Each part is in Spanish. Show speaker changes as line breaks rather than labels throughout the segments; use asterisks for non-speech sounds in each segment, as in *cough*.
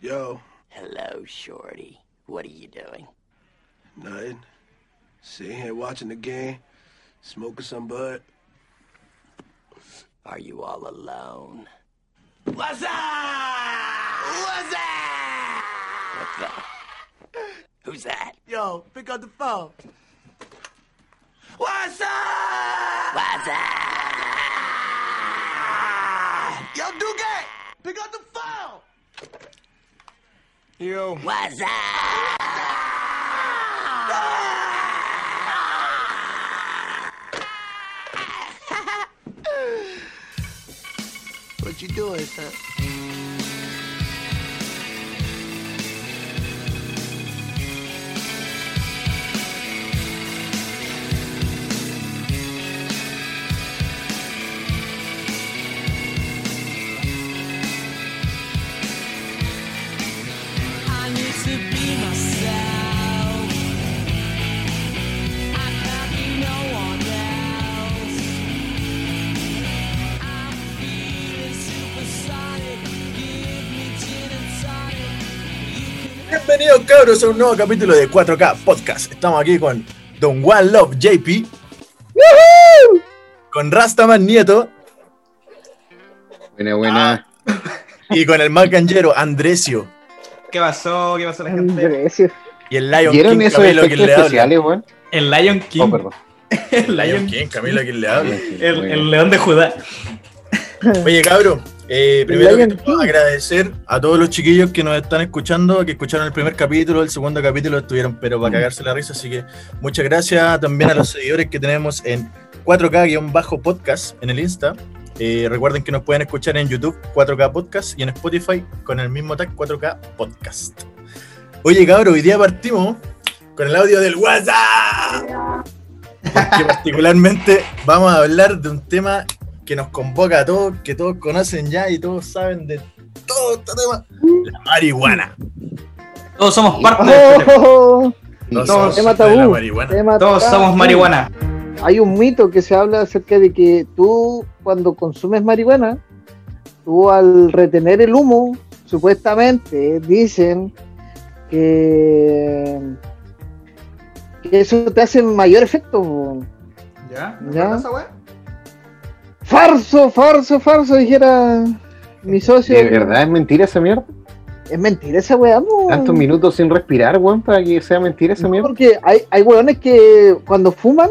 Yo,
Hello, Shorty. What are you doing?
nothing. Sitting here watching the game, smoking some bud.
Are you all alone? What's up? What's up? What's up? Who's that?
Yo, pick up the phone.
What's up?
What's up?
Yo, Duque, pick up the phone.
Yo.
What's up?
What you doing, son?
I need to be myself. I can't be no one else. I'm feeling supersonic. Give me gin and tonic. You can
Bienvenidos cabros a un nuevo capítulo de 4K Podcast. Estamos aquí con Don One Love JP, con Rastaman Nieto
Buena, buena.
y con el mal canchero Andresio
¿Qué pasó? ¿Qué pasó la gente?
Andrés.
y el Lion
¿Vieron
King
esos
Camilo quien
efectos
le habla.
especiales, weón?
El Lion King.
Oh, perdón.
El Lion
Lion
King.
King, Camilo quien le habla.
El, el león de Judá.
Oye cabro, eh, primero que
Lion
todo,
King.
agradecer a todos los chiquillos que nos están escuchando, que escucharon el primer capítulo, el segundo capítulo estuvieron pero
Mm.
para cagarse la risa, así que muchas gracias también a los seguidores que tenemos en 4K-podcast en el Insta. Eh, recuerden que nos pueden escuchar en YouTube 4K Podcast y en Spotify con el mismo tag 4K Podcast. Oye, cabro, hoy día partimos con el audio del WhatsApp. Porque particularmente vamos a hablar de un tema que nos convoca a todos, que todos conocen ya y todos saben de todo este tema. La marihuana.
Todos somos parte
*laughs*
de este tema.
Oh,
No
Todos-
se
tema
habla de la
tabú.
marihuana.
tema
Todos
tabú.
somos marihuana.
Hay un mito que se habla acerca de que tú, cuando consumes marihuana, tú al retener el humo, supuestamente dicen que, que eso te hace mayor efecto. po.
¿Ya?
¿Ya? Farso, farso, farso, dijera mi socio.
¿De verdad es mentira esa mierda?
Es mentira esa weá, po.
¿Tantos minutos sin respirar, weón, para que sea mentira esa mierda?
Porque hay, hay hueones que cuando fuman,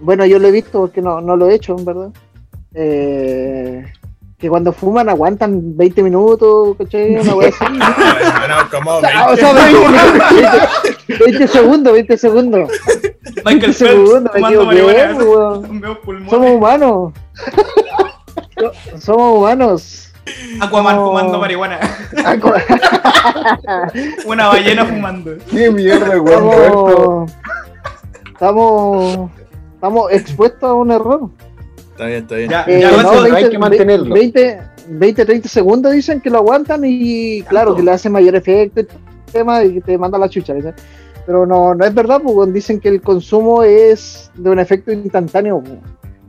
bueno, yo lo he visto porque no, no lo he hecho, en verdad. eh, que cuando fuman aguantan 20 minutos, ¿cachai? Una
*laughs*
hueá así. Ah,
Bueno, como
*laughs* O
20.
sea, 20, 20 segundos, 20 segundos.
*laughs* Michael
*laughs* 20
Phelps
segundos, me
fumando marihuana.
equivoqué, weón.
*laughs* Con meos pulmones.
Somos humanos. Somos humanos.
Aquaman
No.
fumando
*laughs*
marihuana.
Ah, co-
*laughs* Una ballena fumando.
¡Qué mierda, *laughs* weón, Roberto!
Estamos, estamos, estamos expuestos a un error.
Está bien, está bien.
Ya,
Eh,
ya,
no,
Gonzo,
hay que mantenerlo.
20, 20, 30 segundos dicen que lo aguantan y claro, que le hace mayor efecto y todo el tema y que te manda la chucha. ¿sí? Pero no, no es verdad, pues, weón. dicen que el consumo es de un efecto instantáneo. pues.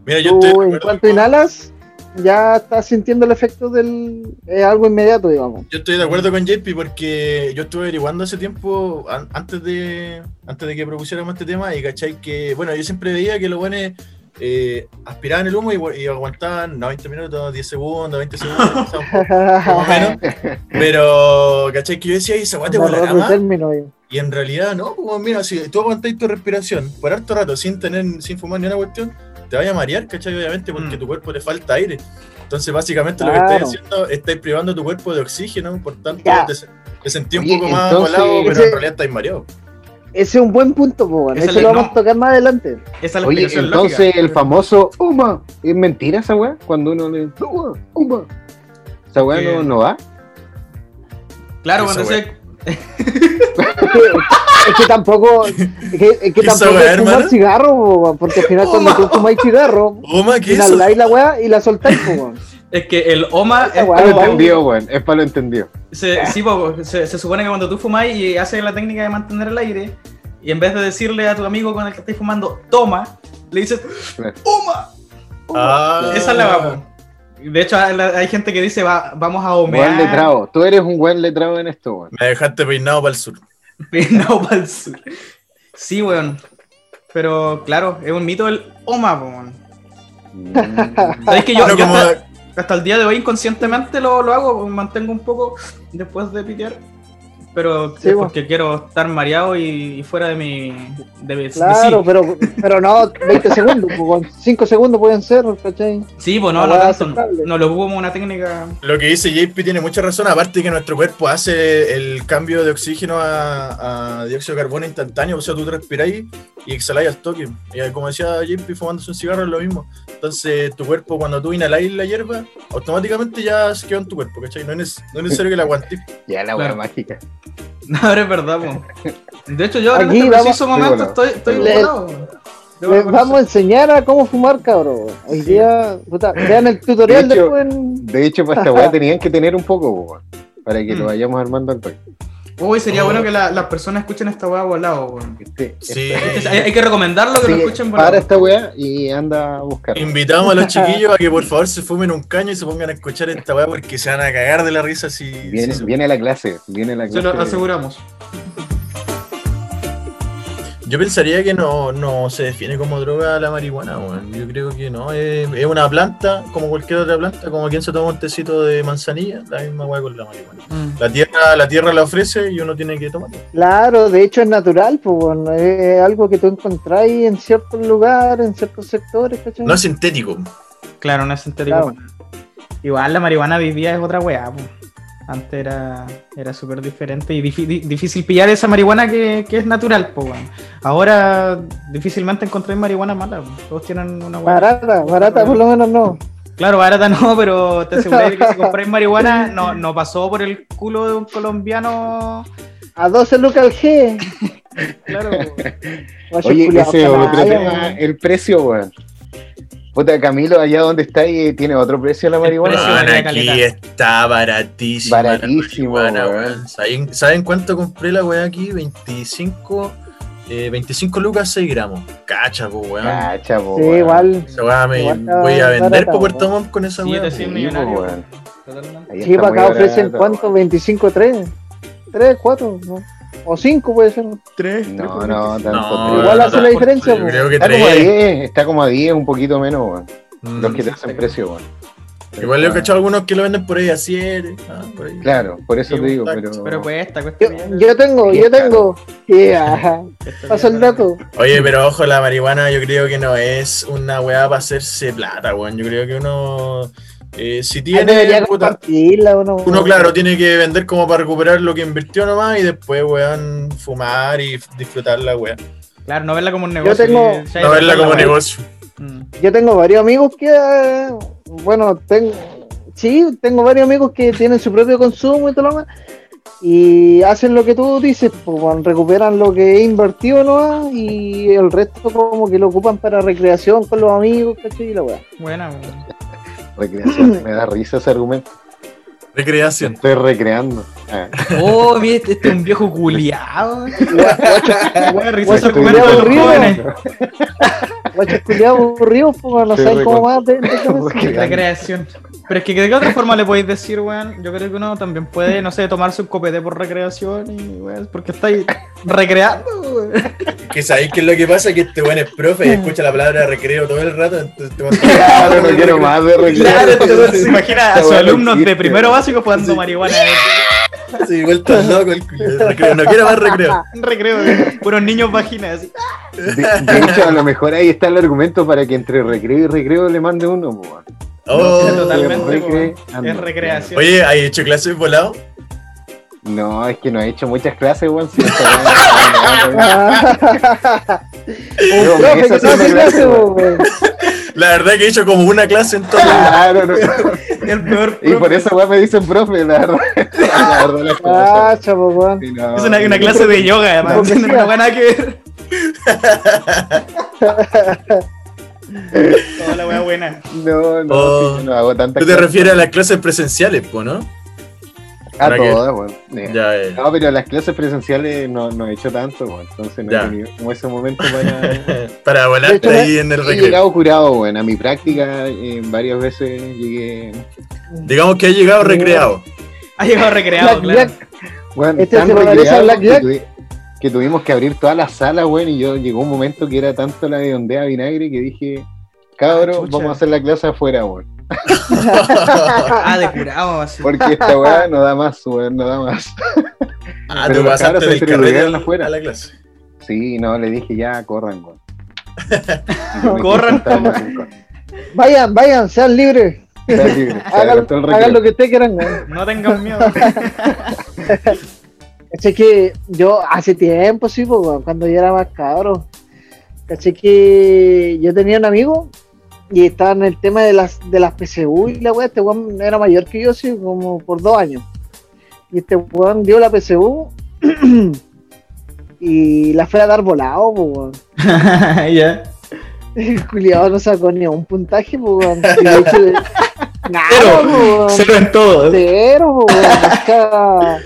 Mira, yo estoy. de
Tú, en
acuerdo
cuanto
con-
inhalas, ya estás sintiendo el efecto del es algo inmediato, digamos.
Yo estoy de acuerdo con JP porque yo estuve averiguando hace tiempo, an- antes de antes de que propusiéramos este tema, y cachai que, bueno, yo siempre veía que los buenos eh, aspiraban el humo y, y aguantaban 90 minutos, 10 segundos, 20 segundos, o sea,
*laughs*
más o menos. Pero, cachai que yo decía, "Ay, esa guate
Como otro
volará más.
término, weón.
Y en realidad, no, como mira, si tú aguantáis tu respiración por harto rato sin tener, sin fumar ni una cuestión, te vaya a marear, ¿cachai? Obviamente, porque
Mm.
tu cuerpo le falta aire. Entonces, básicamente, lo que
Claro.
estáis haciendo, estáis privando tu cuerpo de oxígeno, por tanto,
Ya.
te, se- te sentí un
Oye,
poco más
entonces-
volado, pero
Ese-
en realidad estáis mareado.
Ese es un buen punto, pues, weón.
Esa
Eso
le-
lo vamos
no.
a tocar más adelante.
Esa es la
Oye,
explicación
entonces
lógica.
el famoso Uma, ¿es mentira esa weá? Cuando uno le. Uma, Uma. ¿Esa weá
Eh.
no, no va?
Claro,
Esa
cuando se.
Es que, es que tampoco es que, es que
¿Esa
tampoco
weá,
es fumar
hermano?
cigarro, po, weón, porque al final cuando tú fumáis cigarro,
Oh, ma, ¿qué es eso?
inhaláis la weá y la soltáis, po, weón.
Es que el OMA.
Esa
es
weá,
Para lo
como-
no.
entendido, weón. Es para lo entendido.
Se, sí, po, se, se supone que cuando tú fumáis y haces la técnica de mantener el aire, y en vez de decirle a tu amigo con el que estáis fumando, toma, le dices,
Claro.
¡Uma!
Ah.
Esa es la vamos. De hecho, hay, hay gente que dice, va- vamos a
Buen
homear.
letrado. Tú eres un buen letrado en esto,
*laughs*
weón.
Me dejaste peinado para el sur.
*laughs* Peinado pa'l sur. Sí, weón. Pero claro, es un mito del OMA, po, weón. ¿Sabes que yo,
Ah, Pero
yo
como-
hasta, hasta el día de hoy inconscientemente lo, lo hago, mantengo un poco después de pitear. Pero
Sí,
es
bueno.
porque quiero estar mareado y, y fuera de mi. De, mi- de
Claro,
sí.
pero, pero no 20 segundos, po, weón. 5 segundos pueden ser, ¿cachai?
Sí, pues no,
la
no
weá
tanto.
aceptable.
No lo ocupo como una técnica. *laughs*
Lo que dice JP tiene mucha razón, aparte que nuestro cuerpo hace el cambio de oxígeno a, a dióxido de carbono instantáneo, o sea, tú te respiráis y exhaláis al toque. Y como decía JP, fumándose un cigarro es lo mismo. Entonces, tu cuerpo, cuando tú inhaláis la hierba, automáticamente ya se queda en tu cuerpo, ¿cachai? No es, nece- no es necesario que la aguantes.
Ya la weá
Claro.
mágica.
No, pero es verdad, po. De hecho, yo ahora en
Aquí
este
vamos-
preciso
estoy
momento
volado,
estoy, estoy
estoy
volado, weón. Debo
Les vamos a
reconocer.
enseñar a cómo fumar, cabrón. Hoy día, puta, vean el tutorial
De hecho,
después en...
De hecho, para esta weá tenían que tener un poco, weón. Para que lo vayamos armando al toque.
Uy, sería
Oh.
bueno que la- las personas escuchen esta weá volado, weón.
Este-
Sí.
Este- Hay, hay que recomendarlo que
Así
lo
que
escuchen
para
volado.
esta weá y anda a buscar.
Invitamos a los chiquillos a que por favor se fumen un caño y se pongan a escuchar esta weá porque se van a cagar de la risa si...
Viene,
si se-
viene la clase, viene la
Se
clase.
lo aseguramos.
Yo pensaría que no, no se define como droga la marihuana, weón. Yo creo que no. Es, es una planta, como cualquier otra planta, como quien se toma un tecito de manzanilla, la misma weá con la marihuana.
Mm.
La tierra, la tierra la ofrece y uno tiene que tomarla.
Claro, de hecho es natural, pues, weón. es algo que tú encontráis en ciertos lugares, en ciertos sectores, ¿cachai?
No es sintético.
Claro, no es sintético.
Claro.
Igual la marihuana vivía es otra weá, po. Antes era, era súper diferente y difi- di- difícil pillar esa marihuana que, que es natural, po, weón. Ahora difícilmente encontré marihuana mala, po. Todos tienen una weá.
Barata, barata por lo menos no.
Claro, barata no, pero
*laughs*
te aseguro que si compráis marihuana no, no pasó por el culo de un colombiano.
A 12 lucas al G.
*laughs*
Claro,
Oye, ese es otro
Ay,
tema,
weón.
el precio, weón. Puta, Camilo, allá donde está, eh, tiene otro precio la marihuana.
precio.
Weón,
varía
aquí
caleta.
está baratísima.
Baratísimo,
la marihuana,
weón.
weón. ¿Saben, saben cuánto compré la weá aquí? 25, eh, 25 lucas 6 gramos. Cacha, po, weón.
Cacha, po,
Sí,
weón.
igual.
Esa weá me
Igual está
voy a vender
barata,
por Puerto
weón.
Montt con esa
Sí,
weá. pues.
te
po.
soy
sí,
millonario.
po, weón.
Totalmente.
Ahí
Sí,
está
para
muy
acá ofrecen
barato,
cuánto, eh,
weón.
25, 3. 3, 4, ¿no? O 5 puede ser.
No, no, tanto.
No,
pero
Igual
no,
hace
no,
la
no,
diferencia,
Yo
po.
creo que
Está como a
tres.
10, está como a 10, un poquito menos, weón.
Mm.
Los que te hacen precio, weón. Ah,
Igual yo he cachado algunos que lo venden por ahí a 7. ah, por ahí.
Claro, por eso te digo, pero.
Pero pues, cuesta, cuesta.
Yo,
bien.
yo tengo,
Sí,
yo
es caro.
tengo. Yeah, *laughs* ajá.
Cuesta
Pasa el
bien,
dato.
Oye, pero ojo, la marihuana yo creo que no es una weá para hacerse plata, weón. Yo creo que uno. eh, si
Ahí debería
tiene. puta,
compartirla uno.
uno, claro, tiene que vender como para recuperar lo que invirtió nomás y después, weón, fumar y f- disfrutar la weá.
Claro, no verla como un negocio.
tengo-
que ya
No verla
es
como
la weá.
negocio. *laughs*
Mm.
Yo tengo varios amigos que, eh, bueno, tengo, sí, tengo varios amigos que tienen su propio consumo y todo lo más, y hacen lo que tú dices, pues, weón, recuperan lo que he invertido no y el resto como que lo ocupan para recreación con los amigos, ¿cachai? Y la weá.
Buena, weón.
Recreación. Me da risa ese argumento.
Recreación.
Estoy recreando. Ah.
Oh, mira, este, este es un viejo culiado. Weón, risa
Guacho,
ese argumento de
culiao
los
horrible.
jóvenes.
Guachos culiados aburridos, pues, weón, no
Estoy
saben cómo
recon-
más de, de-
*laughs*
de-
Recreando.
Recreación. Pero es que de qué otra forma le podéis decir, weón. Yo creo que uno también puede, no sé, tomarse un copete por recreación y, weón, porque estáis recreando, weón.
Que sabéis que es lo que pasa, que este weón es profe *laughs* y escucha la palabra recreo todo el rato. Entonces, este *laughs* te
Claro, no quiero más de
*laughs* Claro,
recreo.
este weón se imagina a
Esta
sus
weá no
alumnos de
existe,
primero
weón.
básico jugando marihuana.
Sí, vuelto loco el culo. Recreo, no quiero más recreo.
Un recreo de puros niños vaginas. así.
De, de hecho, a lo mejor ahí está el argumento para que entre recreo y recreo le mande uno. po, weón.
Oh.
No,
Totalmente,
estoy
weón.
recreando.
Es recreación.
Oye, ¿hay hecho clases volado?
No, es que no he hecho muchas clases, weón. si esta weá no- no, no, no.
Un
No,
profe
esa
que
es
no hace
una
clase,
clase,
pues, weón.
La verdad que he hecho como una clase en
*laughs*
todo.
Claro, no.
El peor.
Y por
profe.
eso weón, me dicen profe, la verdad. La verdad, las cosas.
Cacha, pues, weón.
Sí, no.
Es una, una clase de yoga, además. *laughs*
Porque
No,
sí.
van a que ver. *laughs* Toda la wea buena.
No, no,
Oh.
sí, yo no hago tantas
Tú te
clases.
refieres a las clases presenciales, po, ¿no?
A
Ahora que-
todas, weón. Eh,
Ya, eh.
No, pero las clases presenciales no, no he hecho tanto, weón. Entonces no
Ya.
he tenido como ese momento
*laughs*
para.
*laughs* Para
De hecho,
volarte ahí en el
he
recreo.
llegado curado, weón. A mi práctica eh, varias veces llegué.
Digamos que he llegado recreado. *laughs*
Ha llegado recreado,
Black
claro.
Jack,
Weón,
Este
tan
se parece a
recreado
Black
que
Jack.
tuvi- Que tuvimos que abrir toda la sala, weón. Y yo llegó un momento que era tanto la de ondea vinagre que dije,
Ah,
cabro,
chucha.
vamos a hacer la clase afuera, weón.
Ah, de curado, así.
Porque
*laughs*
esta weá no da más, weón, no da más.
Ah,
Pero
tú
los
pasaste del
cabros se
carrete
entretunieron
al-
afuera.
a la clase.
Sí, no, le dije, ya, corran,
*laughs*
weón.
Corran.
Vayan, vayan, sean libres. *laughs* Hagan, hagan lo
Háganlo
que ustedes quieran, weón.
No tengan miedo.
Caché que yo hace tiempo, sí, po, weón, cuando yo era más cabro. Caché que yo tenía un amigo y estaba en el tema de las de las PSU y la weá, este weón era mayor que yo, sí, como por dos años. Y este weón dio la PSU *clears throat* y la fue a dar volado, po, weón.
*laughs*
*laughs*
Ya.
El culiado no sacó ni un puntaje, po, weón. Y de hecho, de- nada,
Cero.
po, weón.
Cero en todo.
Cero, po, weón. O sea,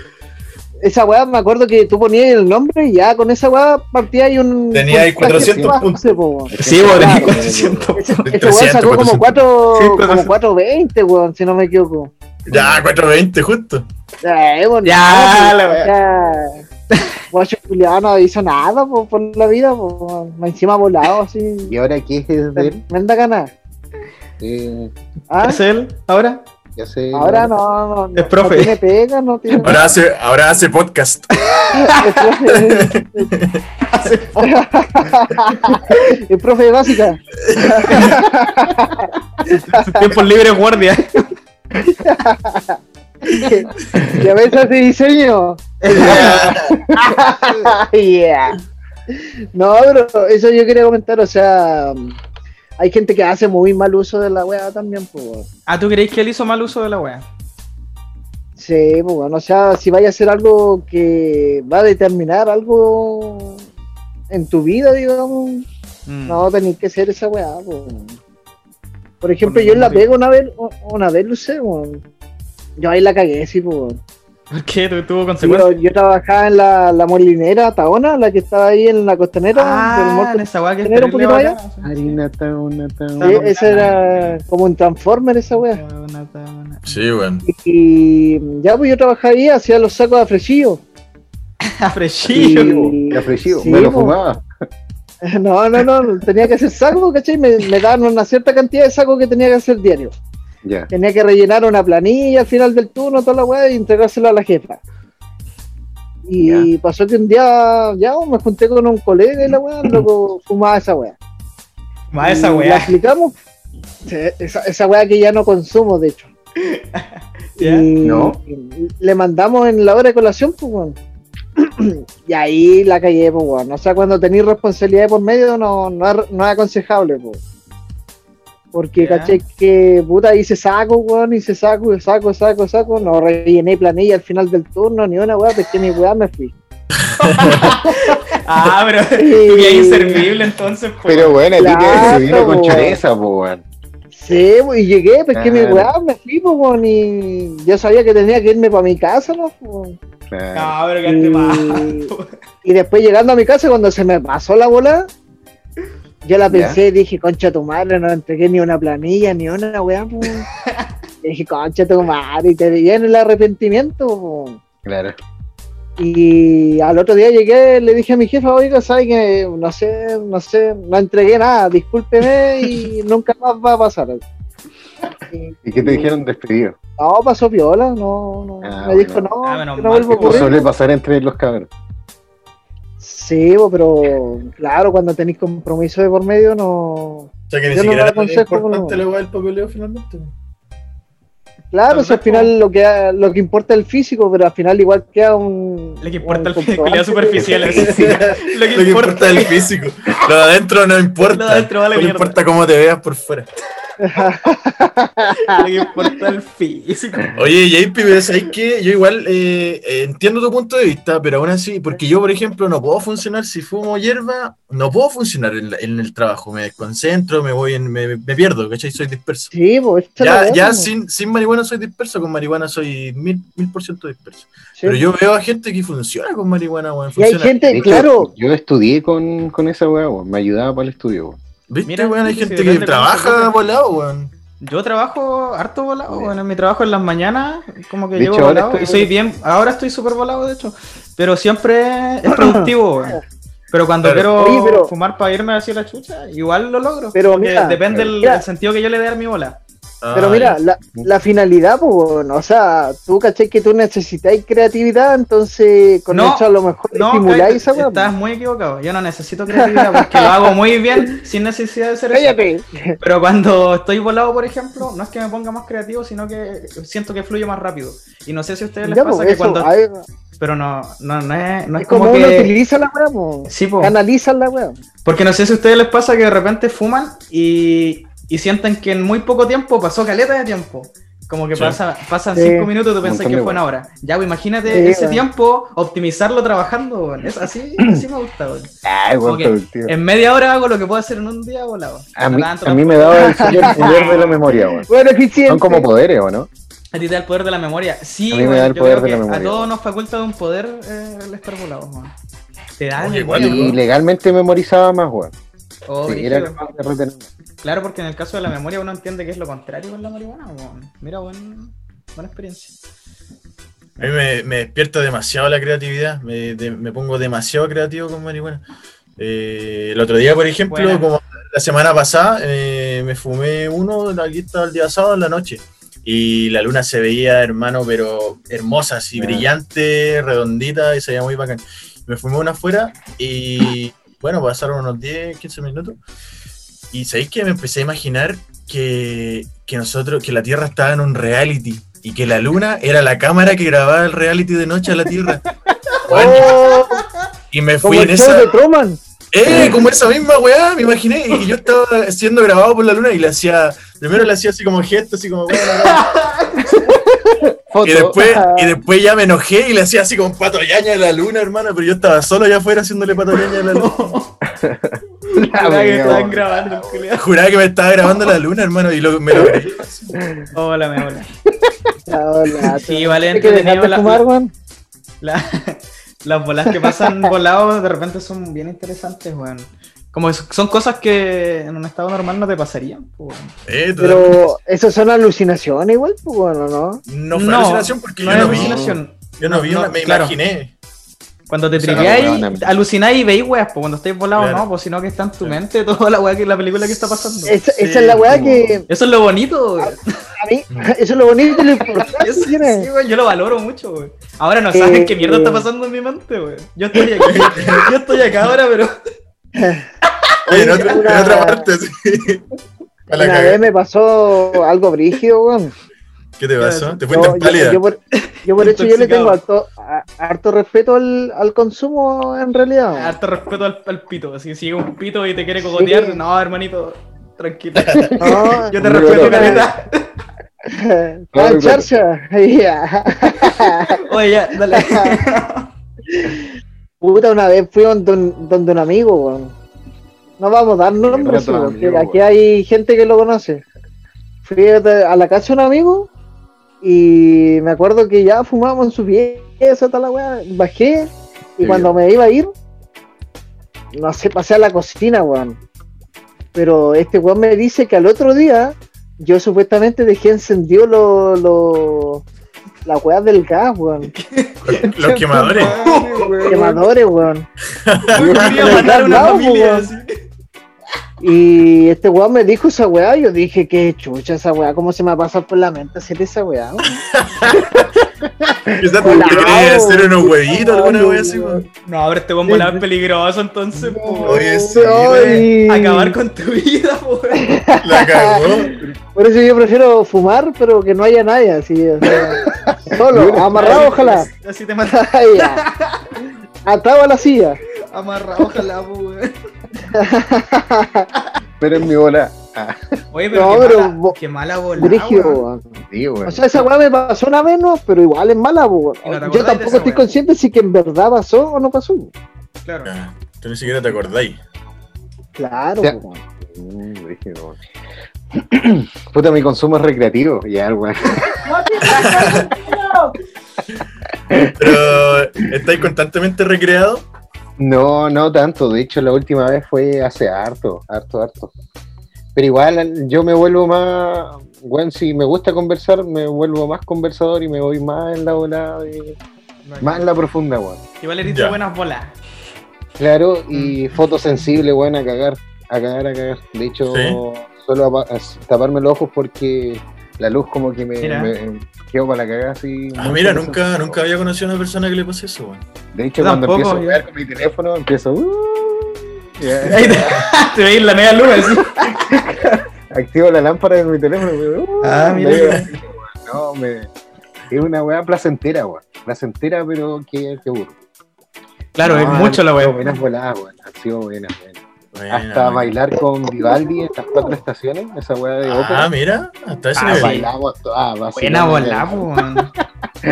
Esa weá, me acuerdo que tú ponías el nombre y ya con esa weá partía ahí un.
Tenía ahí
puntaje
400
base,
puntos.
po, weón.
Sí, bueno, *laughs*
Claro.
400.
Ese, ese
300,
weón sacó
400.
como, cuatro,
Sí,
pues,
400.
como 420, weón, si no me equivoco.
Ya, 420, justo.
Eh, weón,
Ya,
no,
la
po, o sea, weón, ese culiao no hizo nada po, por la vida, po, weón. encima volado así.
¿Y ahora qué es de él?
Tremenda gana.
Eh,
¿Ah?
¿Es él ahora?
ya sé.
Ahora no, no, no,
Es profe.
no tiene pega, no tiene
Ahora hace, ahora hace podcast.
Es profe, es profe de básica.
Sus tiempos libres guardia.
Que, que a veces hace diseño. *laughs* Yeah. No, pero eso yo quería comentar, o sea, hay gente que hace muy mal uso de la weá también, pues.
Ah, ¿tú creéis que él hizo mal uso de la wea?
Sí, pues bueno, o sea, si vaya a hacer algo que va a determinar algo en tu vida, digamos,
Mm.
No, tenéis que ser esa weá, po. Por ejemplo,
Por
yo en la
ningún
pego una vez, una vez lo sé, weón. Yo ahí la cagué, sí, po.
¿Por qué? ¿Tu- ¿Tuvo
Sí, Yo,
consecuencias?
yo trabajaba en la, la molinera Taona, la que estaba ahí en la costanera. del
Ah,
Morco.
en esa wea que es
tener un
terrible
poquito
bacana, sí.
Harina tauna, tauna.
Sí, esa era como un transformer esa weá.
Tabana, tabana. *laughs*
Sí, bueno.
Y ya pues yo trabajaba ahí, hacía los sacos de freshillo.
Ah, Freshillo.
Y-
Era freshivo,
Sí,
me lo
po.
fumaba.
*laughs* No, no, no, tenía que hacer sacos, ¿cachai? Me, me daban una cierta cantidad de sacos que tenía que hacer diario.
Ya.
Tenía que rellenar una planilla al final del turno, toda la weá, y entregársela a la jefa. Y pasó que un día ya me junté con un colega y la weá, luego fumaba esa weá.
Más esa
Y La
wea.
explicamos. Sí, Esa, esa weá que ya no consumo, de hecho.
¿Ya?
Y
No.
Le mandamos en la hora de colación, pues weón. *clears throat* Y ahí la cagué, pues weón. O sea, cuando tenéis responsabilidad por medio, no, no, es, no es aconsejable, pues. Porque
Ya.
caché que puta hice saco, weón, hice saco, y saco, saco, saco, no rellené planilla al final del turno, ni una weá, pesqué mi weá, me fui.
Ah, pero *laughs* tú que hay inservible entonces. pues. po.
Pero bueno, a ti
Claro,
te vino con
po.
chureza, po, weón.
Sí, po, y llegué, pesqué mi
Claro.
weá, me fui, pues weón, y yo sabía que tenía que irme para mi casa, ¿no? po.
Claro.
No, Ah, pero que te más.
Y después llegando a mi casa, cuando se me pasó la bola, yo la
Ya.
pensé y dije, concha tu madre, no entregué ni una planilla, ni una weá,
*laughs*
po". Y dije, concha tu madre, y te viene el arrepentimiento, po.
Claro.
Y al otro día llegué, le dije a mi jefa, oiga, ¿sabes que No sé, no sé, no entregué nada,
*laughs*
discúlpeme y nunca más va a pasar. Y,
¿Y qué te dijeron despedido?
No, pasó viola, no, no.
Ah,
me
bueno.
dijo, no,
Ah, menos
que no
mal
vuelvo a
que
Esto
ocurrir".
suele pasar entre los cabros.
Sí, bo, pero claro, cuando tenéis compromiso de por medio, no.
O sea que ni
Yo no
siquiera
la
es
aconsejo,
importante
no.
la weá del papeleo finalmente.
Claro, si al
Correcto.
final lo que, lo que importa es el físico, pero al final igual queda un.
Lo que importa
un
es la cualidad
comprobante.
superficial. así. *laughs* Lo
Lo que importa es el físico. Lo de adentro no importa.
Lo de adentro vale
no
mierda.
importa cómo te veas por fuera.
Lo que importa es el físico.
Oye, JP, pero ¿sabes qué? Yo igual eh, eh, entiendo tu punto de vista, pero aún así, porque yo, por ejemplo, no puedo funcionar si fumo hierba, no puedo funcionar en, la- en el trabajo. Me desconcentro, me voy, en- me, me pierdo, ¿cachai? Soy disperso.
Sí, pues.
Ya, ya sin, sin marihuana marihuana soy disperso, con marihuana soy mil, mil por ciento disperso. Pero yo veo a gente que funciona con marihuana, weón.
y hay
funciona.
gente,
De hecho,
claro,
Yo estudié con, con esa weá, weón. Me ayudaba para el estudio, weón.
¿Viste,
Mira,
weón? Hay
sí,
gente
sí,
que
depende cómo se
trabaja
toque.
volado, weón.
Yo trabajo harto volado, bueno, en mi trabajo en las mañanas, como que
De
llevo
hecho, ahora
volado y
estoy-
soy bien, ahora estoy súper volado de hecho, pero siempre es productivo, weón. Pero cuando
Claro.
quiero
Oye, pero-
fumar para irme hacia la chucha, igual lo logro.
Pero
Porque
mira,
depende el,
mira.
el sentido que yo le dé a mi bola.
pero
Ah,
mira, la, la finalidad, pues, bueno, o sea, tú caché que tú necesitáis creatividad, entonces con
No,
esto a lo mejor
No,
estimuláis
cállate,
esa weá.
estás muy equivocado. Yo no necesito creatividad porque lo hago muy bien sin necesidad de ser eso.
Cállate.
Pero cuando estoy volado, por ejemplo, no es que me ponga más creativo, sino que siento que fluye más rápido. Y no sé si a ustedes les
Ya,
pasa
pues,
que
eso,
cuando...
ahí-
Pero no, no, no es, no es
es como,
como
uno
que...
utiliza la weá, pues.
Sí, po.
Canaliza la weá.
Porque no sé si a ustedes les pasa que de repente fuman y, y sienten que en muy poco tiempo pasó caleta de tiempo. Como que
Sí.
pasa, pasan
Sí.
cinco minutos y tú pensás
Montón
que
de
fue una hora. Ya, pues imagínate
Sí,
ese
weón.
tiempo optimizarlo trabajando, weón. Es así, así me gusta, weón.
Ay, weón,
Ok.
productivo.
En media hora hago lo que puedo hacer en un día volado.
A mí,
No tanto
a mí me daba el señor poder de la memoria,
*laughs*
weón.
Bueno, eficiente.
Son como poderes, ¿o no?
A ti te da el poder de la memoria. Sí,
A mí me
weón,
da el
yo
poder
creo
de la
que
memoria.
A todos nos faculta de un poder eh, el estar volados, weón. Te da
Oye,
el
igual,
Y
Vale,
legalmente memorizaba más, weón.
Oh,
Sí, era
brígido.
capaz de retener.
Claro, porque en el caso de la memoria uno entiende que es lo contrario con la marihuana. weón. Mira, buen- buena experiencia.
*laughs* A mí me, me despierta demasiado la creatividad, me, de- me pongo demasiado creativo con marihuana. Eh, el otro día, por ejemplo,
Buena.
como la semana pasada, eh, me fumé uno, aquí está el día sábado en la noche, y la luna se veía, hermano, pero hermosa, así
Ah.
brillante, redondita, y se veía muy bacán. Me fumé una afuera y, bueno, pasaron unos 10, 15 minutos, y sabéis que me empecé a imaginar que, que nosotros, que la Tierra estaba en un reality y que la luna era la cámara que grababa el reality de noche a la
*laughs*
Tierra. Bueno,
Oh,
y me fui
como
en
el show
esa.
de Truman.
¡Eh! Como esa misma weá, me imaginé. Y yo estaba siendo grabado por la luna y le hacía. Primero le hacía así como gestos, así como. weá,
*laughs*
Foto.
Y después, y después ya me enojé y le hacía así como patoyaña a la luna, hermano. Pero yo estaba solo allá afuera haciéndole patoyaña a la luna.
Ah,
Mira que
weón.
estaban grabando el culiao.
Juraba que me estaba grabando la luna, hermano. Y lo- me lo creí.
Hola, me hola.
Ah,
*laughs*
hola,
Sí, vale,
¿Hay que dejar
entretenido
de
la-
fumar, weón?
La- *laughs* las bolas
*laughs*
que pasan volados de repente son bien interesantes, weón. Como es- son cosas que en un estado normal no te pasarían. po, weón.
Eh, totalmente.
Pero eso son alucinaciones igual, pues bueno, ¿no?
no fue alucinación porque
no
yo
es
no vi.
alucinación.
Yo no vi,
No,
una- me
claro.
imaginé.
Cuando te
O sea, no,
tripeáis,
weón, no.
alucináis y veis weas, pues cuando estáis volados
Claro.
no, pues sino que está en tu
Sí.
mente *laughs* toda la wea que la película que está pasando.
Esa,
Sí,
esa es la weá
como-
que
Eso es lo bonito, weón.
a mí, *laughs* eso es lo bonito y
*laughs*
lo importante
Eso,
que tiene.
sí, güey, yo lo valoro mucho, güey. Ahora no saben
Eh,
qué mierda está pasando en mi mente, güey. Yo
*laughs*
estoy aquí, yo estoy acá ahora, pero.
Oye, en otra,
Una-
en otra parte, sí. A la
Una
cagada.
vez me pasó algo brígido, weón.
¿Qué te pasó? ¿Te
Yo,
fuiste en
yo-
pálida?
yo por,
*laughs*
yo por hecho yo le
Intoxicado.
tengo harto, a- harto respeto al, al consumo en realidad. weón.
Harto respeto al, al pito. Así, si llega un pito y te quiere cogotear,
Sí.
no, hermanito, tranquilo. *laughs*
No, *laughs*
Yo te
Muy
respeto,
bueno.
caleta.
Ah,
Claro, claro.
charcha. *laughs* Ya.
*laughs* Oye, ya, dale.
Puta, una vez fui donde un, donde un amigo, weón. No vamos a dar nombres,
rato de
weón, que
amigo,
aquí
weón.
hay gente que lo conoce. Fui a a la casa de un amigo y me acuerdo que ya fumábamos en su pieza, tal la weá. Bajé y
Qué
cuando me iba a ir, no sé, pasé a la cocina, weón. Pero este weón me dice que al otro día yo supuestamente dejé encendido lo, lo, la weá del gas, weón.
Los, los quemadores.
Quemadores, weón.
Yo quería matar a una
Bravo,
familia.
güey.
así.
Y este weón me dijo esa weá, y yo dije, qué chucha esa weá, cómo se me va a pasar por la mente hacer
*laughs*
esa weá. weón?".
Quizás te querías hacer unos huevitos, alguna wea así. po.
No, ahora este buen volado es peligroso, entonces, po.
Oye, sí, güey.
Ay.
Acabar con tu vida, po. güey.
La cagó.
Por eso yo prefiero fumar, pero que no haya nadie así. o
*laughs*
sea, solo, amarrado ojalá.
Así te matas.
*laughs* Ay, ya. Atado a la silla.
*laughs* Amarrado, ojalá, po, güey.
Pero en mi bola. Ah,
Oye, pero,
No,
qué,
pero
mala,
bo-
qué mala Ah, volada,
Brígido,
güey.
weón.
sí, weón.
O sea, esa weá me pasó una vez, ¿no? pero igual es mala, weón.
Y no te acordás
Yo
de
tampoco
esa
estoy
weá.
consciente si que en verdad pasó o no pasó.
Claro.
Ah, Tú ni siquiera te acordáis.
Claro,
O sea,
weón.
Mm, brígido, weón. *clears throat* Puta, mi consumo es recreativo. Ya, weón.
Pero, ¿estáis constantemente recreado?
*laughs* No, no tanto. De hecho, la última vez fue hace harto, harto, harto. Pero igual yo me vuelvo más, bueno, si me gusta conversar, me vuelvo más conversador y me voy más en la bola, de- más en la profunda, weón.
Igual eres
Ya.
de
*laughs*
buenas bolas.
Claro,
Mm.
y fotosensible, weón, a cagar, a cagar, a cagar. De hecho,
Sí.
suelo apa- as- taparme los ojos porque la luz como que me,
Mira.
me- quedo para la cagada así.
Ah,
muy
mira,
fotosensible,
nunca,
weón.
nunca había conocido a una persona que le pase eso, weón.
De hecho,
Yo
cuando
tampoco,
empiezo a
yo-
jugar con mi teléfono, empiezo... "Uh", ya.
Ahí te, te veis la media luz así.
activo la lámpara de mi teléfono. weón. Uh,
Ah, mira.
me digo así, weón. No, me- Es una weá placentera, weón. Placentera, pero que, que burro.
Claro,
No,
es mucho la
han sido
weón.
Buenas voladas, weón. Han sido buenas, weón.
Buena,
Hasta
weón.
bailar con Vivaldi en las cuatro estaciones, esa weá de
Ah,
ópera.
mira, hasta ese
Ah,
nivel.
sí.
Bailamos to- ah,
Buena
vacilamos,
bola,
weón.
weón.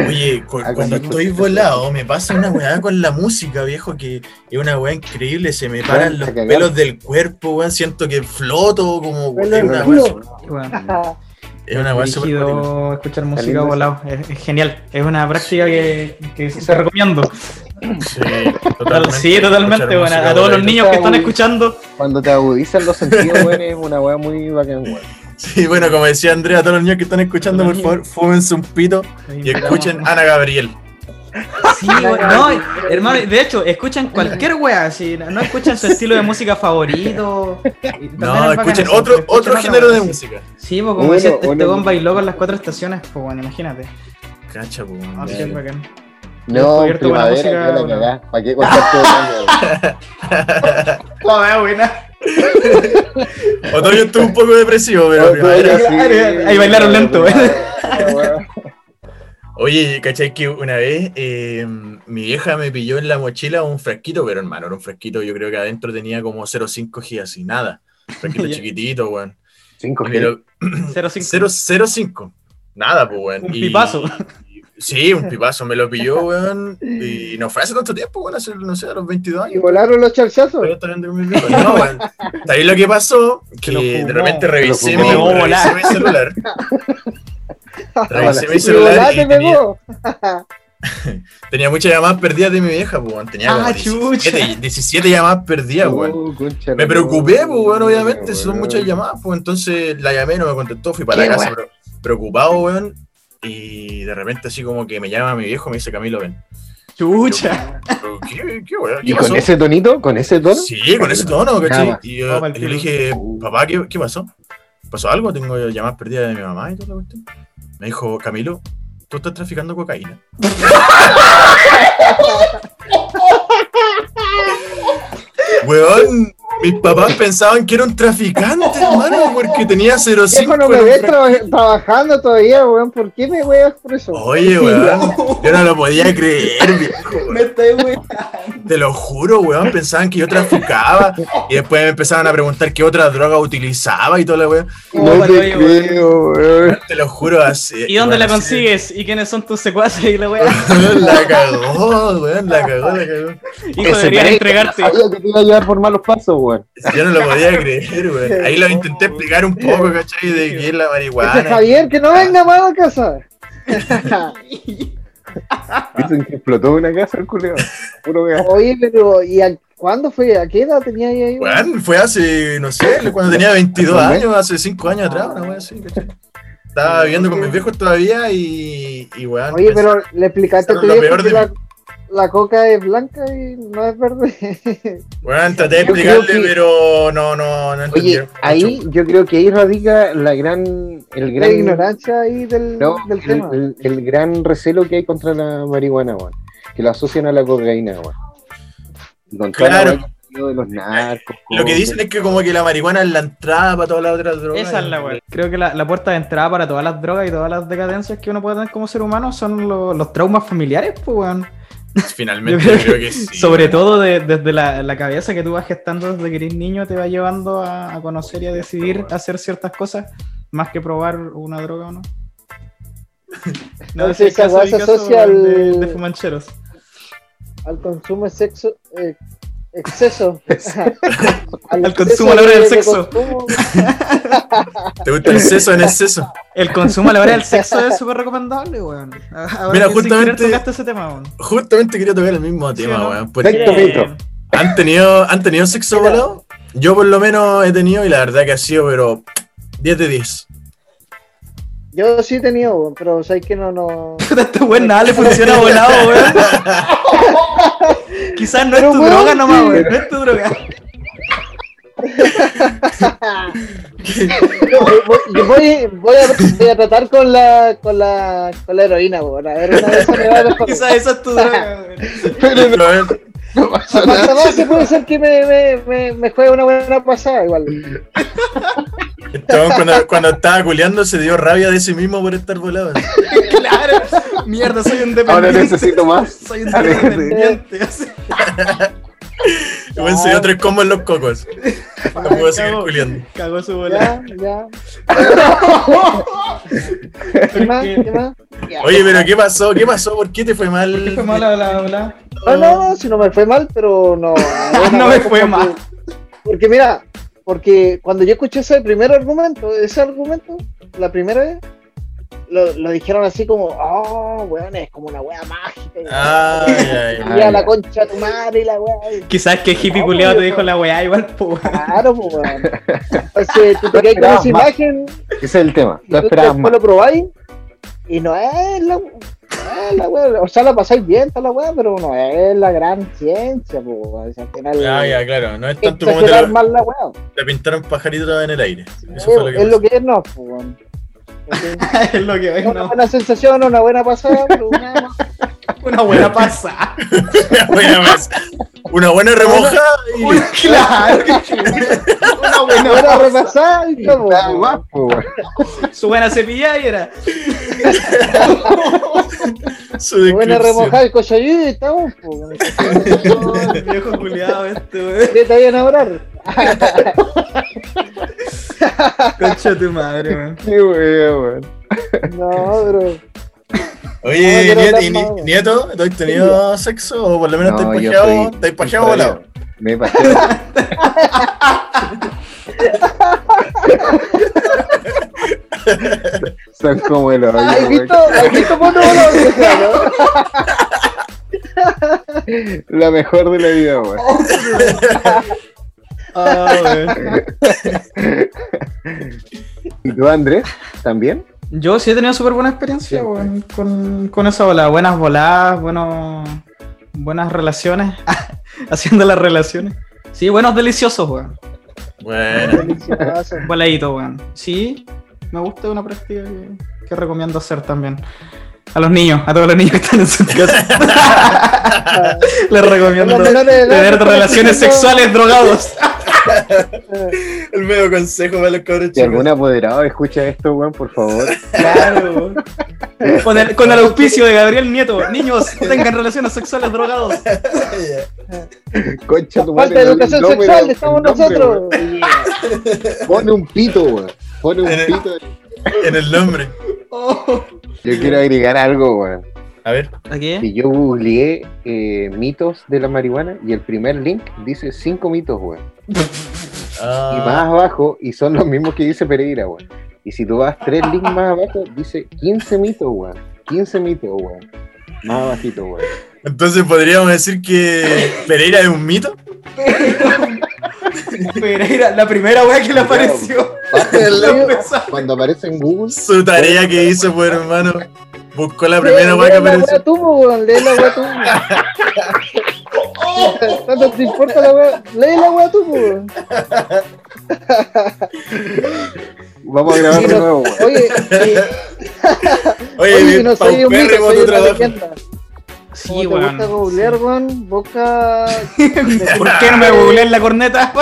Oye, cu-
Ah,
cuando
cuando
estoy
escuchas-
volado, me pasa una weá con la música, viejo, que es una weá increíble. Se me paran
Weón,
los
a cagar.
pelos del cuerpo, weón. Siento que floto como weón,
Pelo del
una
culo.
weá su-
Weón.
Es una weá súper bacana.
*laughs* Rígido escuchar música
lindo
volado. Es, es genial. Es una práctica que, que se recomiendo.
Sí, totalmente.
sí, totalmente.
Escuchar
Bueno,
música
a todos los
volando.
niños que están
Está muy-
escuchando,
Cuando te agudizan los
*laughs*
sentidos, weón, es una weá muy bacán, weón.
Sí, bueno, como decía Andrea, a todos los niños que están escuchando, por
Todos
favor,
los
fúmense un pito y escuchen Ana Gabriel.
Sí, weón. No, hermano, de hecho, escuchan cualquier wea. Si no, no escuchan su estilo de música favorito. Y también
No,
es bacán
escuchen
eso,
otro,
escuchen
otro
otra
género
wea.
de música.
Sí, pues como
Uno,
dice este,
uno-
este weón bailó con las cuatro estaciones, pues bueno, imagínate.
Cacha, po, weón.
Así que Ah, es bacán.
No,
Yo he descubierto buena
primavera, yo
música,
la
weón.
cagá. ¿Para qué contar todo
*laughs*
el año, Oh,
Joder, buena.
Otoño estuvo un poco depresivo, pero
weón?
primavera.
ahí- ahí bailaron lento, ¿eh? weón.
weón.
Oye, ¿cachai que una vez eh, mi vieja me pilló en la mochila un frasquito, pero hermano, era un frasquito, yo creo que adentro tenía como 0,5 gigas y nada. Un
*laughs*
frasquito
Ya.
chiquitito, weón.
Cinco
Pero
0.5.
0,05. Nada, pues, weón.
Un
Y-
pipazo.
Sí, un pipazo me lo pilló, weón. Y no fue hace tanto tiempo, weón, hace, no sé, a los 22
Y
años.
volaron los charchazos.
Todavía estaban de mi pico.
*laughs*
No, weón. ¿Sabéis lo que pasó? Que
lo
de
fumó.
repente revisé,
Se lo
mi,
fumó.
revisé mi
*laughs*
celular. revisé mi
Y
celular
volaste,
y tenía,
pegó.
tenía muchas llamadas perdidas de mi vieja, pues, weón. Tenía como
Ah,
17,
chucha.
17 llamadas perdidas, weón.
Oh, concha
Me
la
preocupé, pues,
madre,
weón, obviamente,
weón.
son muchas llamadas, pues, entonces la llamé, no me contestó, fui para
Qué
la casa pre- preocupado, weón, y de repente así como que me llama mi viejo, me dice, Camilo, ven.
Chucha.
Pero, ¿Qué, qué, weón? ¿Qué
¿Y
pasó?
con ese tonito? ¿Con ese tono?
Sí, con ese tono, ¿cachai?
Nada.
Y yo,
Toma el
y yo le
tiro.
dije, papá, ¿qué, qué pasó? ¿Pasó algo? Tengo llamadas perdidas de mi mamá y toda la cuestión. Me dijo, Camilo, tú estás traficando cocaína. Weón, mis papás pensaban que era un traficante, hermano, porque tenía 05.
Viejo, no me
en
ves
un-
traba- trabajando todavía, weón. ¿Por qué me weas por eso?
Oye, weón, yo no lo podía creer, viejo. weón. Te lo juro, weón, pensaban que yo traficaba y después me empezaban a preguntar qué otra droga utilizaba y toda la weón.
*laughs* Oh,
No te
vale, oye,
creo, weón.
Te lo juro así.
¿Y dónde la
weón, *laughs* así-
consigues? ¿Y quiénes son tus secuaces? Y
*laughs*
la wea.
La cagó, weón, la cagó, la cagó.
Hijo,
Ese
deberías
break.
entregarte.
Sabía que te iba a llevar por malos pasos, weón.
Yo no lo podía creer, weón. Ahí lo intenté explicar un poco, ¿cachai? De qué es la
Ese
marihuana.
Javier, que no venga más a casa.
*laughs*
Ah.
Dicen que explotó una casa el culeo. Puro weón.
Oye, pero ¿y a- cuándo fue? ¿A qué edad tenía ahí? ahí, weón?
Weón, fue hace, no sé, cuando tenía 22
¿Hace un mes?
años, hace 5 años atrás, una weón así, ¿cachai? Estaba viviendo con mis viejos todavía y, y weón.
Oye,
pues,
pero le explicaste a tu
Lo
viejo
peor
que
de
la, la coca es blanca y no es verde.
*laughs*
Bueno, traté de
Yo creo
explicarle,
que-
pero no, no, no entendí.
Oye, ahí yo creo que ahí radica la gran, el
La
gran
ignorancia ahí del,
no,
del
el,
tema.
el- el gran recelo que hay contra la marihuana, weón. Que lo asocian a la cocaína, weón. Y con toda la
Claro.
weá que ha sido de los narcos.
Lo que dicen es que como que la marihuana es la entrada para todas las otras drogas.
Esa es la wea. Creo que la, la puerta de entrada para todas las drogas y todas las decadencias que uno puede tener como ser humano son lo- los traumas familiares, pues weón.
Finalmente,
Yo
yo
creo
creo que sí.
Sobre todo de- desde la, la cabeza que tú vas gestando desde que eres niño, te va llevando a, a conocer y a decidir hacer ciertas cosas más que probar una droga o
*laughs*
no.
Entonces, esa
caso-
weá se
caso
asocia al-
de, de fumancheros.
Al consumo de sexo, eh,
*laughs*
Exceso. *laughs*
Al consumo a la hora del sexo.
consumo.
¿Te gusta el exceso en exceso?
El consumo a la hora del sexo es súper recomendable, weón.
*laughs*
Ahora
Mira,
que sin
justamente-
querer tocaste ese tema, weón.
Justamente quería tocar el mismo tema,
¿no?
weón. porque-
Perfecto,
Bien.
Mitro.
¿Han tenido, ¿Han tenido sexo volado? Yo por lo menos he tenido y la verdad que ha sido, pero 10 de 10.
Yo sí he tenido, weón, pero sabes que no, no.
Puta, este weón nada le funciona volado, weón. Quizás no es
Pero,
tu
weón,
droga nomás,
sí.
weón. No es tu droga.
Voy- voy- voy, voy a, voy a tratar con la, con la, con la heroína, weón. A ver, una vez me va
*laughs*
a responder.
Quizás esa es tu droga, weón. *laughs*
Pero no, no pasa
Más
nada.
abajo puede ser que me, me, me, me juegue una buena pasada, igual.
Este weón cuando, cuando estaba culeando se dio rabia de sí mismo por estar volado.
Claro. Mierda, soy un dependiente.
Ahora necesito más.
Soy un
*laughs*
dependiente. así.
El weón se dio tres combos en los cocos. No puedo seguir culeando.
Cagó su volado.
Ya, ya. ¿Qué más? ¿Qué más?
Oye, pero ¿qué pasó? ¿Qué pasó? ¿Por qué te fue mal?
¿Qué fue mala la volada?
No, Ah, no, no, si no me fue mal, pero
*laughs*
no.
Eh, No me fue
porque-
mal.
Porque mira, porque cuando yo escuché ese primer argumento, ese argumento, la primera vez, lo, lo dijeron así como, oh, weón, es como una wea mágica. y-
Ay, ay, ay.
y a la concha de tu madre y la wea. y-
Quizás que hippie
No,
culiado te
yo-
dijo la weá igual, po, weón. *laughs*
Claro, pues, weón.
*laughs*
Entonces, tú te quedas con
esperabas
esa
más.
imagen
Ese es el tema.
y
Lo
tú
esperabas más.
después lo probáis y no es la, no es la wea. O sea, la pasáis bien, está la wea, pero no es la gran ciencia, pues, weón. O sea, al final.
Ah, ya, claro. No es tanto como te
Exagerar
lo,
Eh, más la wea.
te pintaron pajarito en el aire. Eso
es,
fue lo que
es
pasó.
lo que es, no, pues, weón. Entonces,
Es lo que ves,
Una
no.
buena sensación, una buena pasada, pero nada más.
Una buena *laughs* pasada.
*laughs* Una buena vez. pues, Una buena remoja y...
Una- Claro, que Una
Una
buena
buena repasada y todo.
Esperabas
weón.
más, po, weón.
Su buena cepilla y era.
Su
Una buena
descripción.
remojada y coche y estamos, pues, weón.
No, el *laughs* viejo culiado este, weón.
¿Qué te vayan a hablar?
Concha de tu madre, weón.
Qué weón, weón.
No, pero.
Oye,
No, quiero
Nieto,
hablar
y
más,
ni-
weón.
Nieto, ¿tú has tenido sexo o por lo menos
No,
te has
yo
pajeado?
soy
¿Te has pajeado Pues volado? *laughs*
Me pasé. Son como el hoyo,
¿Has
weón.
visto, ¿Has visto cuando volamos? O sea, ¿no?
La mejor de la vida, weón.
Ah, weón.
¿Y tú, Andrés? ¿También?
Yo sí he tenido súper buena experiencia,
Siempre.
weón, con, con esa volada. Buenas voladas, buenos, buenas relaciones. *laughs* Haciendo las relaciones. Sí, buenos deliciosos, weón.
*laughs*
Bueno,
Delicioso.
Voladito, weón. Sí, me gusta una práctica que, que recomiendo hacer también. A los niños, a todos los niños que están en sus casas. Les recomiendo
Los menores de edad
tener
están
relaciones
haciendo-
sexuales drogados.
el medio consejo para los cabros
Si
chicos.
algún apoderado escucha esto, weón, por
*laughs*
favor.
Claro. Con el, con el auspicio de Gabriel Nieto. Niños, tengan relaciones sexuales drogados.
Concha tu madre.
Falta de educación
no,
sexual,
pero-
estamos
no, pero-
nosotros.
Pone un pito, weón. Pone un pito.
En el nombre.
Yo quiero agregar algo, weón.
A ver.
¿A qué?
Si yo googleé eh, mitos de la marihuana y el primer link dice cinco mitos, weón. Y más
Ah,
abajo, y son los mismos que dice Pereira, weón. Y si tú vas tres links más abajo, dice 15 mitos, weón. 15 mitos, weón. Más abajito, weón.
entonces podríamos decir que Pereira es un mito.
Pereira, la primera wea que le apareció.
Cuando aparece en Google,
Su tarea que hizo, pues hermano. Buscó la
Lee-
primera
lee
weá que
La
apareció.
wea tú, po, weón, lee la wea tú. Tanto te importa la wea. Lee la wea tú, po, weón.
vamos a grabar
Sí,
de
no.
nuevo, weón.
Oye, eh,
*laughs*
Oye,
oye,
bien,
si no soy un mito,
paupérrimo
soy
tu
una
trabajo.
leyenda. Como
Sí,
te
weón.
gusta googlear, weón, busca...
*laughs* ¿Por qué no
*laughs*
me googleé en la corneta?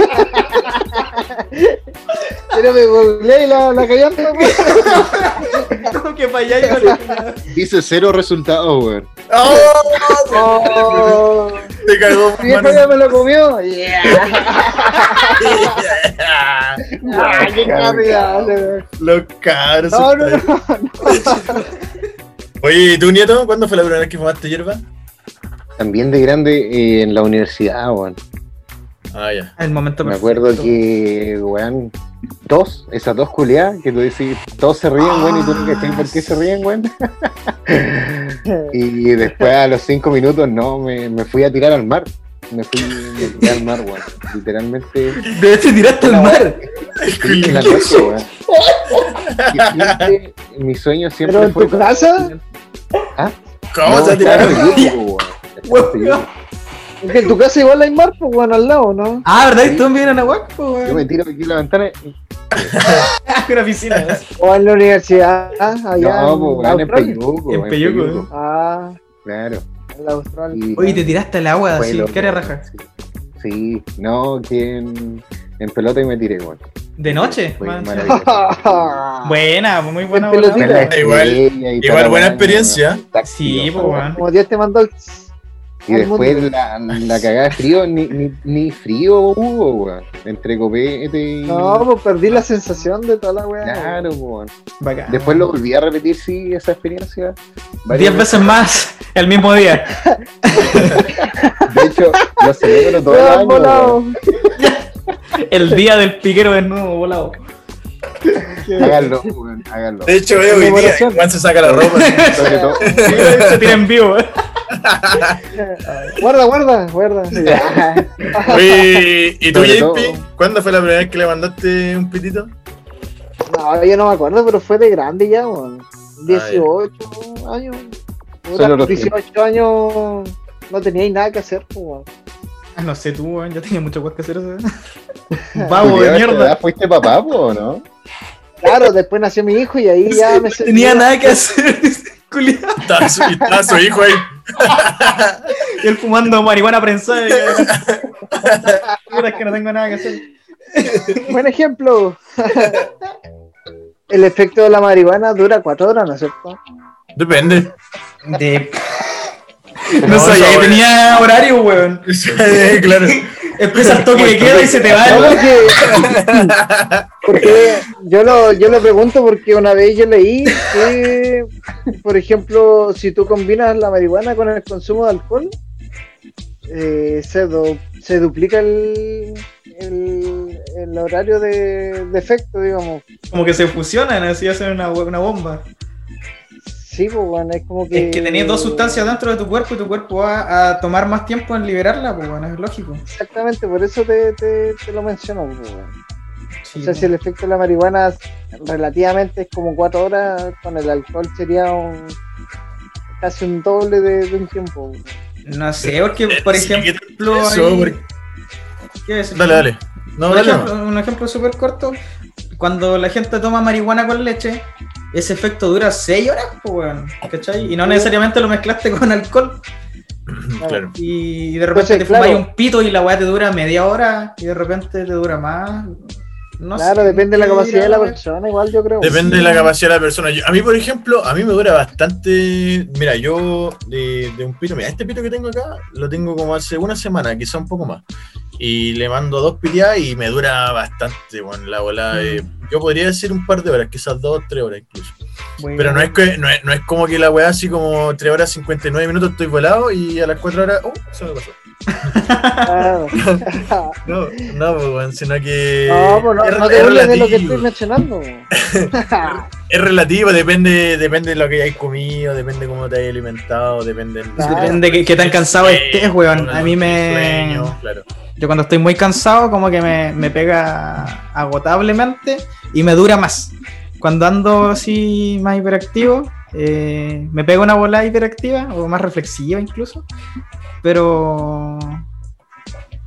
*laughs*
Espérame, googleé la, la
*laughs*
callanta, weón.
Como que para allá iba
Dice cero resultados, weón.
¡Oh!
Oh,
Te cagó,
mi vieja ya
hermano.
me lo comió. Yeah. Ah, qué cabrón, weón.
Los cabros.
No, no, no.
Oye, ¿y tú, nieto? ¿Cuándo fue la primera vez que fumaste hierba?
También de grande eh, en la universidad, weón.
Ah, ya.
El momento
Me
perfecto.
acuerdo que, weón, dos, esas dos culiadas que tú decís, todos se ríen, weón, y tú no cachai por qué se ríen, weón.
*laughs*
y después a los cinco minutos, no, me, me fui a tirar al mar. Me fui me tiré al mar, weón. Literalmente.
De hecho, tiraste al mar.
sí, en la noche, weón. Y siempre- Mi sueño siempre
Pero en
fue.
tu casa,
¿Cómo
No,
se tiraron?
estaba en Temuco, weón. Estaba en Temuco.
es que en tu casa igual hay mar, pues bueno, al lado, ¿no?
Ah, ¿verdad? ¿Y tú vienes a Nahuac? po,
Yo
weón?
me tiro aquí a la ventana. y-
*laughs* Ah, una piscina. weón.
O en la universidad, ah, allá
No, pues,
en
weón, en
Australia.
Peyuco.
En Peyuco, eh.
Ah,
Claro.
en la Australia.
Y-
Oye, te tiraste al agua
Fue
así,
loco,
cara
weón,
raja.
sí. Sí, no, que en, en pelota y me tiré, weón.
De noche.
Fue
man, sí. *laughs*
maravilloso.
Buena, pues, muy buena.
En
volada.
pelotita.
Ver la
Igual-
estrella y toda
Igual
la
buena
vaina,
experiencia.
weón. Táctil,
Sí, pues,
weón.
weón.
Como Dios te mandó el...
Y después la, la cagada de frío, ni, ni, ni frío hubo, weón. Entre copete y.
No, pues perdí la sensación de toda la weá.
Claro, weón.
Bacán.
Después lo volví a repetir, sí, esa experiencia.
Diez
Varias
veces más el mismo día.
De hecho, lo
*laughs*
celebro todo el
Todos
año.
volados.
weón.
El día del piquero desnudo volado.
Háganlo, weón,
*laughs*
háganlo.
De hecho, veo hoy día,
Conmemoración.
Juan se saca la ropa.
*laughs* Sobre todo.
Se tira
*laughs*
en vivo. weón.
*laughs* Guarda, guarda, guarda.
Oye, ¿y tú,
Sobre
JP?
todo.
¿Cuándo fue la primera vez que le mandaste un pitito?
No, yo no me acuerdo, pero fue de grande ya, weón. 18 años. Puta,
Ah, Solo los
18 años no teníais nada que hacer, pues, weón.
Ah, *laughs* no sé, tú, weón, yo tenía mucho cosas que hacer. o sea.
¿Tú,
Vago de
Leo, a esta
mierda.
edad ¿Fuiste papá, po, o no?
Claro, después nació mi hijo y ahí ya me
No tenía nada que hacer. *laughs* dice el culiao.
Estaba su, y estaba su hijo ahí.
Y él fumando marihuana prensada. y- Puta, es que no tengo nada que hacer.
Buen ejemplo. *laughs* El efecto de la marihuana dura 4 horas, ¿no es cierto?
Depende.
De...
No,
No
esa
sabía que
weá.
tenía horario, weón.
*laughs* claro.
Empieza el toque de queda y se te va.
No,
weón.
porque, porque yo, lo, yo lo pregunto porque una vez yo leí que, por ejemplo, si tú combinas la marihuana con el consumo de alcohol, eh, se, du- se duplica el, el, el horario de, de efecto, digamos.
Como que se fusionan, así hacen una, una bomba.
Sí, pues, bueno, es como que...
Es que tenés dos sustancias dentro de tu cuerpo y tu cuerpo va a tomar más tiempo en liberarla, pues bueno, es lógico.
Exactamente, por eso te, te, te lo menciono. pues, bueno.
Sí,
o sea, si el efecto de la marihuana relativamente es como cuatro horas, con el alcohol sería un, casi un doble de, de un tiempo.
No sé, porque por
Sí,
ejemplo.
eso,
hay-
porque-
¿Qué decir?
Dale, dale. No,
Por
dale.
ejemplo,
no.
un ejemplo súper corto: cuando la gente toma marihuana con leche, ese efecto dura 6 horas, pues bueno, ¿cachai? Y no necesariamente lo mezclaste con alcohol.
Claro.
Y de repente
Entonces,
te fumas
claro.
un pito y la weá te dura media hora y de repente te dura más. No
claro,
sé,
depende de la
¿qué
capacidad
dirá
de la
weá?
persona, igual yo creo.
Depende de la capacidad de la persona. Yo- a mí, por ejemplo, a mí me dura bastante. Mira, yo de, de un pito, mira, este pito que tengo acá lo tengo como hace una semana, quizá un poco más. Y le mando dos piteadas y me dura bastante, bueno, la
Mm.
bola. eh, yo podría decir un par de horas, quizás dos, tres horas incluso.
Bueno.
Pero no es, que, no, es, no es como que la weá así como 3 horas 59 minutos estoy volado y a las 4 horas, oh, se me pasó.
*laughs*
Claro.
No, no, pues, weón, sino que.
eh,
*laughs* no, pues no,
es-
no te
es
burles de lo que
relativo.
*laughs*
estoy mencionando. *laughs*
Es relativo, depende, depende de lo que hayas comido, depende cómo te hayas alimentado, depende.
Depende que, qué tan cansado
Eh,
estés, weón. A mí me.
Sueño, claro.
Yo cuando estoy muy cansado, como que me, me pega agotablemente y me dura más. Cuando ando así más hiperactivo, eh, me pega una bola hiperactiva o más reflexiva incluso. Pero.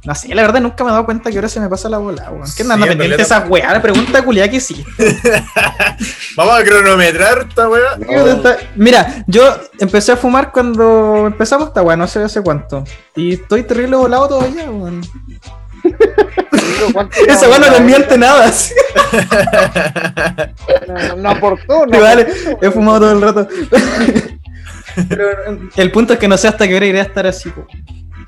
No sé, la verdad nunca me he dado cuenta que ahora se me pasa la bola, weón. ¿Qué
Sí,
anda
en
pendiente
realidad-
esa weá? La pregunta culiada que sí.
Vamos a cronometrar esta weá.
Oh. Mira, yo empecé a fumar cuando empezamos esta weá, no sé hace cuánto. Y estoy terrible volado todavía, weón. Esa weá no les miente nada, sí.
No, no aportó,
Sí,
no.
vale, he fumado todo el rato. Pero em, el punto es que no sé hasta qué hora iré a estar así. po.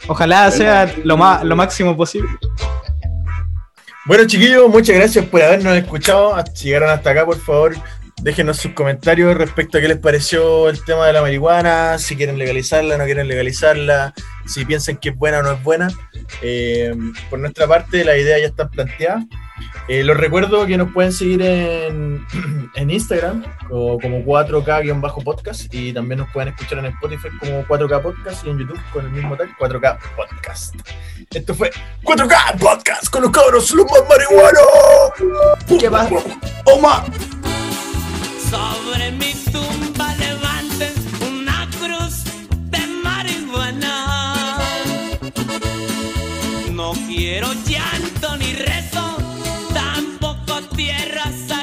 Ojalá sea lo, ma- lo máximo posible.
Bueno, chiquillos, muchas gracias por habernos escuchado. Hasta- Llegaron hasta acá, por favor. Déjenos sus comentarios respecto a qué les pareció el tema de la marihuana, si quieren legalizarla, no quieren legalizarla, si piensan que es buena o no es buena. Eh, por nuestra parte, las ideas ya están planteadas. Eh, los recuerdo que nos pueden seguir en, *clears throat* en Instagram o como 4K-podcast y también nos pueden escuchar en Spotify como 4K Podcast y en YouTube con el mismo tag 4K Podcast. Esto fue 4K Podcast con los cabros, los más marihuanos. ¿Qué más? ¡Oma!
Sobre mi tumba levanten una cruz de marihuana. No quiero llanto ni rezo, tampoco tierra santa.